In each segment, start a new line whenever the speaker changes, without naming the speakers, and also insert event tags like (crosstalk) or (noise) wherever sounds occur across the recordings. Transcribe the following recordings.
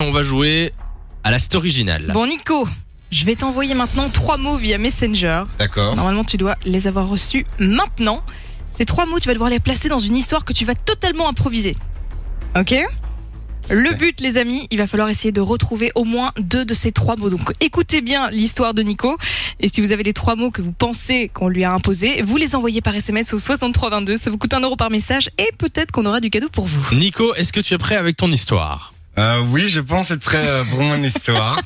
On va jouer à la story originale.
Bon Nico, je vais t'envoyer maintenant trois mots via Messenger.
Oh.
D'accord.
Normalement, tu dois les avoir reçus maintenant. Ces trois mots, tu vas devoir les placer dans une histoire que tu vas totalement improviser. Ok Le but, les amis, il va falloir essayer de retrouver au moins deux de ces trois mots. Donc écoutez bien l'histoire de Nico. Et si vous avez les trois mots que vous pensez qu'on lui a imposés, vous les envoyez par SMS au 6322. Ça vous coûte un euro par message et peut-être qu'on aura du cadeau pour vous.
Nico, est-ce que tu es prêt avec ton histoire
Euh, oui, je pense être prêt euh, pour
(laughs)
mon histoire.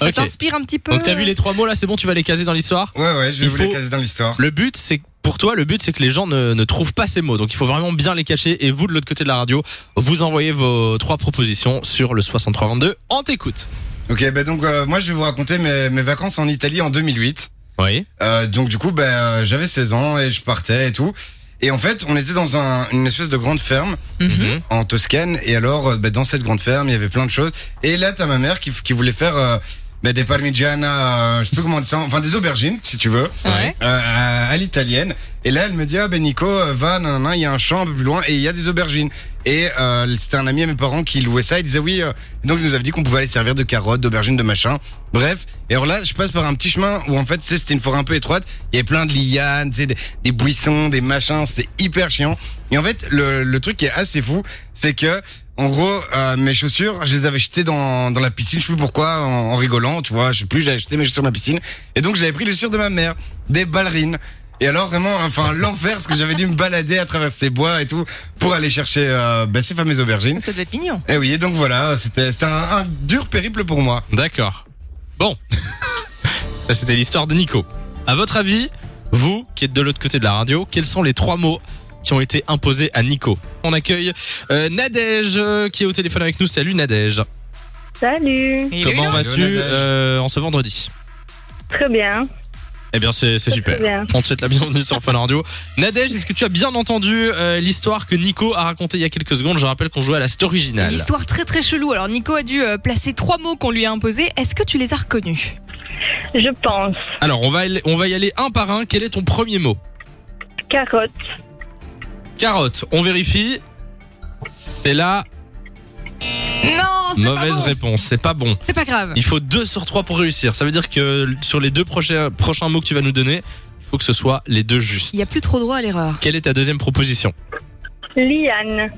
Ça
Ok.
t'inspire un petit peu
Donc t'as vu les trois mots là, c'est bon, tu vas les caser dans l'histoire
Ouais, ouais, je vais
Il
vous
faut-
les caser dans l'histoire.
Le but, c'est pour toi, le but, c'est que les gens ne, ne trouvent pas ces mots. Donc il faut vraiment bien les cacher. Et vous, de l'autre côté de la radio, vous envoyez vos trois propositions sur le 6322. On t'écoute.
Ok, bah donc euh, moi je vais vous raconter mes, mes vacances en Italie en 2008.
Oui.
Euh, donc du coup, bah, euh, j'avais 16 ans et je partais et tout. Et en fait, on était dans un- une espèce de grande ferme
Mhm.
en Toscane. Et alors, euh, bah, dans cette grande ferme, il y avait plein de choses. Et là, t'as ma mère qui, qui voulait faire euh, bah, des parmigiana, euh, je sais plus comment on dit ça, enfin des aubergines, si tu veux.
Ouais.
euh, à, à l'italienne. Et là, elle me dit, ah ben Nico, euh, va, nanana, il y a un champ un peu plus loin et il y a des aubergines. Et euh, c'était un ami à mes parents qui louait ça. Il disait oui. euh, donc, il nous avait dit qu'on pouvait aller servir de carottes, d'aubergines, de machin. Bref. Et alors là, je passe par un petit chemin où en fait, tu sais, c'était une forêt un peu étroite. Il y avait plein de lianes, tu sais, des, des buissons, des machins. C'était hyper chiant. Et en fait, le, le truc qui est assez fou, c'est que en gros, euh, mes chaussures, je les avais jetées dans, dans la piscine, je sais plus pourquoi, en, en rigolant, tu vois, je sais plus, j'avais jeté mes chaussures dans la piscine. Et donc, j'avais pris les chaussures de ma mère, des ballerines. Et alors, vraiment, enfin, l'enfer, parce que j'avais dû me balader à travers ces bois et tout, pour aller chercher euh, bah, ces fameuses aubergines.
Ça doit être mignon.
Et Eh oui, et donc voilà, c'était c'était un, un dur périple pour moi.
D'accord. Bon. (laughs) Ça, c'était l'histoire de Nico. À votre avis, vous, qui êtes de l'autre côté de la radio, quels sont les trois mots qui ont été imposés à Nico On accueille euh, Nadège euh, qui est au téléphone avec nous. Salut Nadège.
Salut,
Comment
hello.
vas-tu
Hello, Nadège.
euh, en ce vendredi
très bien.
Eh bien, c'est c'est super.
Très bien.
On te souhaite la bienvenue sur Fun Radio. Nadège, est-ce que tu as bien entendu euh, l'histoire que Nico a racontée il y a quelques secondes Je rappelle qu'on jouait à la story originale.
L'histoire très très chelou. Alors Nico a dû euh, placer trois mots qu'on lui a imposés. Est-ce que tu les as reconnus
Je pense.
Alors, on va, aller- on va y aller un par un. Quel est ton premier mot
Carotte,
Carotte, on vérifie. C'est là,
Non, c'est pas
mauvaise
bon.
réponse, c'est pas bon.
C'est pas grave.
Il faut 2 sur 3 pour réussir. Ça veut dire que sur les deux prochains, prochains mots que tu vas nous donner, il faut que ce soit les deux justes.
Il n'y a plus trop droit à l'erreur.
Quelle est ta deuxième proposition
liane,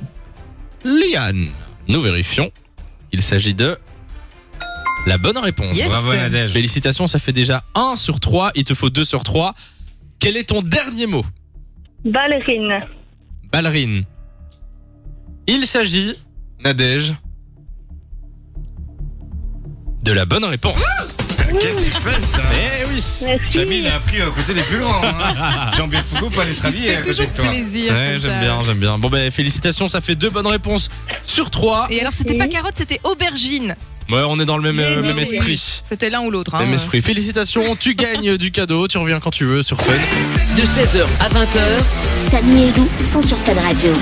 Liane. Nous vérifions. Il s'agit de la bonne réponse.
Yes.
Bravo, Nadège.
Félicitations, ça fait déjà 1 sur 3, il te faut 2 sur 3. Quel est ton dernier mot
ballerine,
Ballerine. Il s'agit, Nadège, de la bonne réponse.
Quel suspense, hein.
Eh oui
merci.
Samy, il a appris aux côtés des plus grands. Hein. Jean-Pierre Foucault, Palais Ravi, est à côté de toi.
plaisir.
Ouais,
comme
j'aime
ça.
bien, j'aime bien. Bon, ben, félicitations, ça fait deux bonnes réponses sur trois.
Et alors c'était pas carotte, c'était aubergine.
Ouais, on est dans le même, euh,
Oui,
même
oui, oui.
esprit.
C'était l'un ou l'autre. hein.
Même esprit. Félicitations, tu gagnes du cadeau, tu reviens quand tu veux sur Fun.
de 16h à 20h.
Samy et Lou sont sur Fan Radio.